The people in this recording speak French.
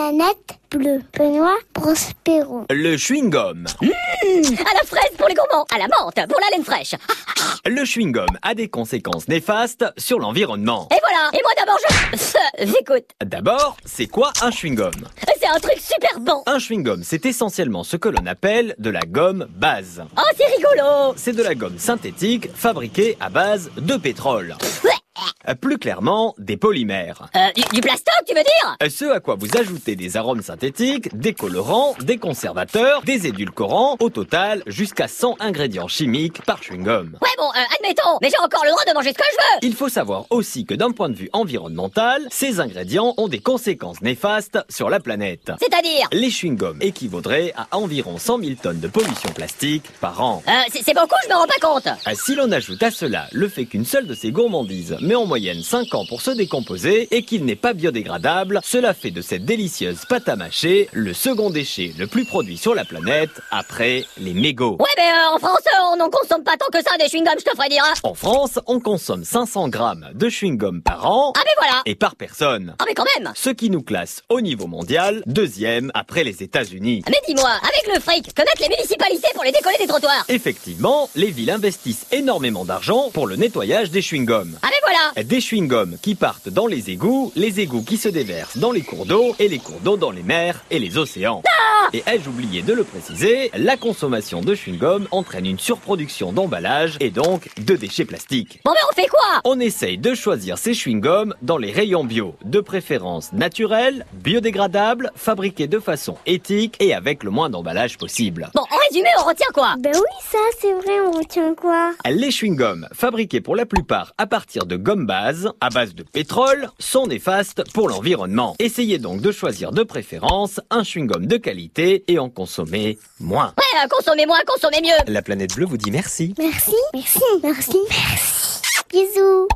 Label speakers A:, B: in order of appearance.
A: Planète bleue. Benoît Prospero.
B: Le chewing-gum.
C: À la fraise pour les gourmands, à la menthe pour la laine fraîche.
B: Le chewing-gum a des conséquences néfastes sur l'environnement.
C: Et voilà, et moi d'abord je... J'écoute,
B: D'abord, c'est quoi un chewing-gum
C: c'est un truc super bon.
B: Un chewing-gum, c'est essentiellement ce que l'on appelle de la gomme base.
C: Oh, c'est rigolo.
B: C'est de la gomme synthétique fabriquée à base de pétrole. Plus clairement, des polymères.
C: Euh, du, du plastoc, tu veux dire
B: Ce à quoi vous ajoutez des arômes synthétiques, des colorants, des conservateurs, des édulcorants, au total jusqu'à 100 ingrédients chimiques par chewing-gum.
C: Ouais bon, euh, admettons, mais j'ai encore le droit de manger ce que je veux.
B: Il faut savoir aussi que d'un point de vue environnemental, ces ingrédients ont des conséquences néfastes sur la planète.
C: C'est-à-dire
B: Les chewing-gums équivaudraient à environ 100 000 tonnes de pollution plastique par an.
C: euh, c'est c'est beaucoup, je me rends pas compte.
B: Ah, Si l'on ajoute à cela le fait qu'une seule de ces gourmandises met en moyenne 5 ans pour se décomposer et qu'il n'est pas biodégradable, cela fait de cette délicieuse pâte à mâcher le second déchet le plus produit sur la planète après les mégots.
C: Ouais, mais euh, en France, euh, on n'en consomme pas tant que ça des chewing-gums, je te ferai dire. hein.
B: En France, on consomme 500 grammes de chewing-gum par an
C: Ah, mais voilà.
B: et par personne.
C: Ah, mais quand même.
B: Ce qui nous classe au niveau mondial, deuxième après les États-Unis.
C: Mais dis-moi, avec le fric que mettent les municipalités pour les décoller des trottoirs.
B: Effectivement, les villes investissent énormément d'argent pour le nettoyage des chewing-gums.
C: Ah, mais voilà.
B: Des chewing-gums qui partent dans les égouts, les égouts qui se déversent dans les cours d'eau et les cours d'eau dans les mers et les océans. et ai-je oublié de le préciser, la consommation de chewing-gum entraîne une surproduction d'emballage et donc de déchets plastiques.
C: Bon, mais on fait quoi
B: On essaye de choisir ces chewing-gums dans les rayons bio, de préférence naturels, biodégradables, fabriqués de façon éthique et avec le moins d'emballage possible.
C: Bon, en résumé, on retient quoi
A: Ben oui, ça, c'est vrai, on retient quoi
B: Les chewing-gums, fabriqués pour la plupart à partir de gomme base, à base de pétrole, sont néfastes pour l'environnement. Essayez donc de choisir de préférence un chewing-gum de qualité et en consommer moins.
C: Ouais, euh, consommez moins, consommez mieux.
B: La planète bleue vous dit merci.
A: Merci. Merci. Merci. Merci. Bisous.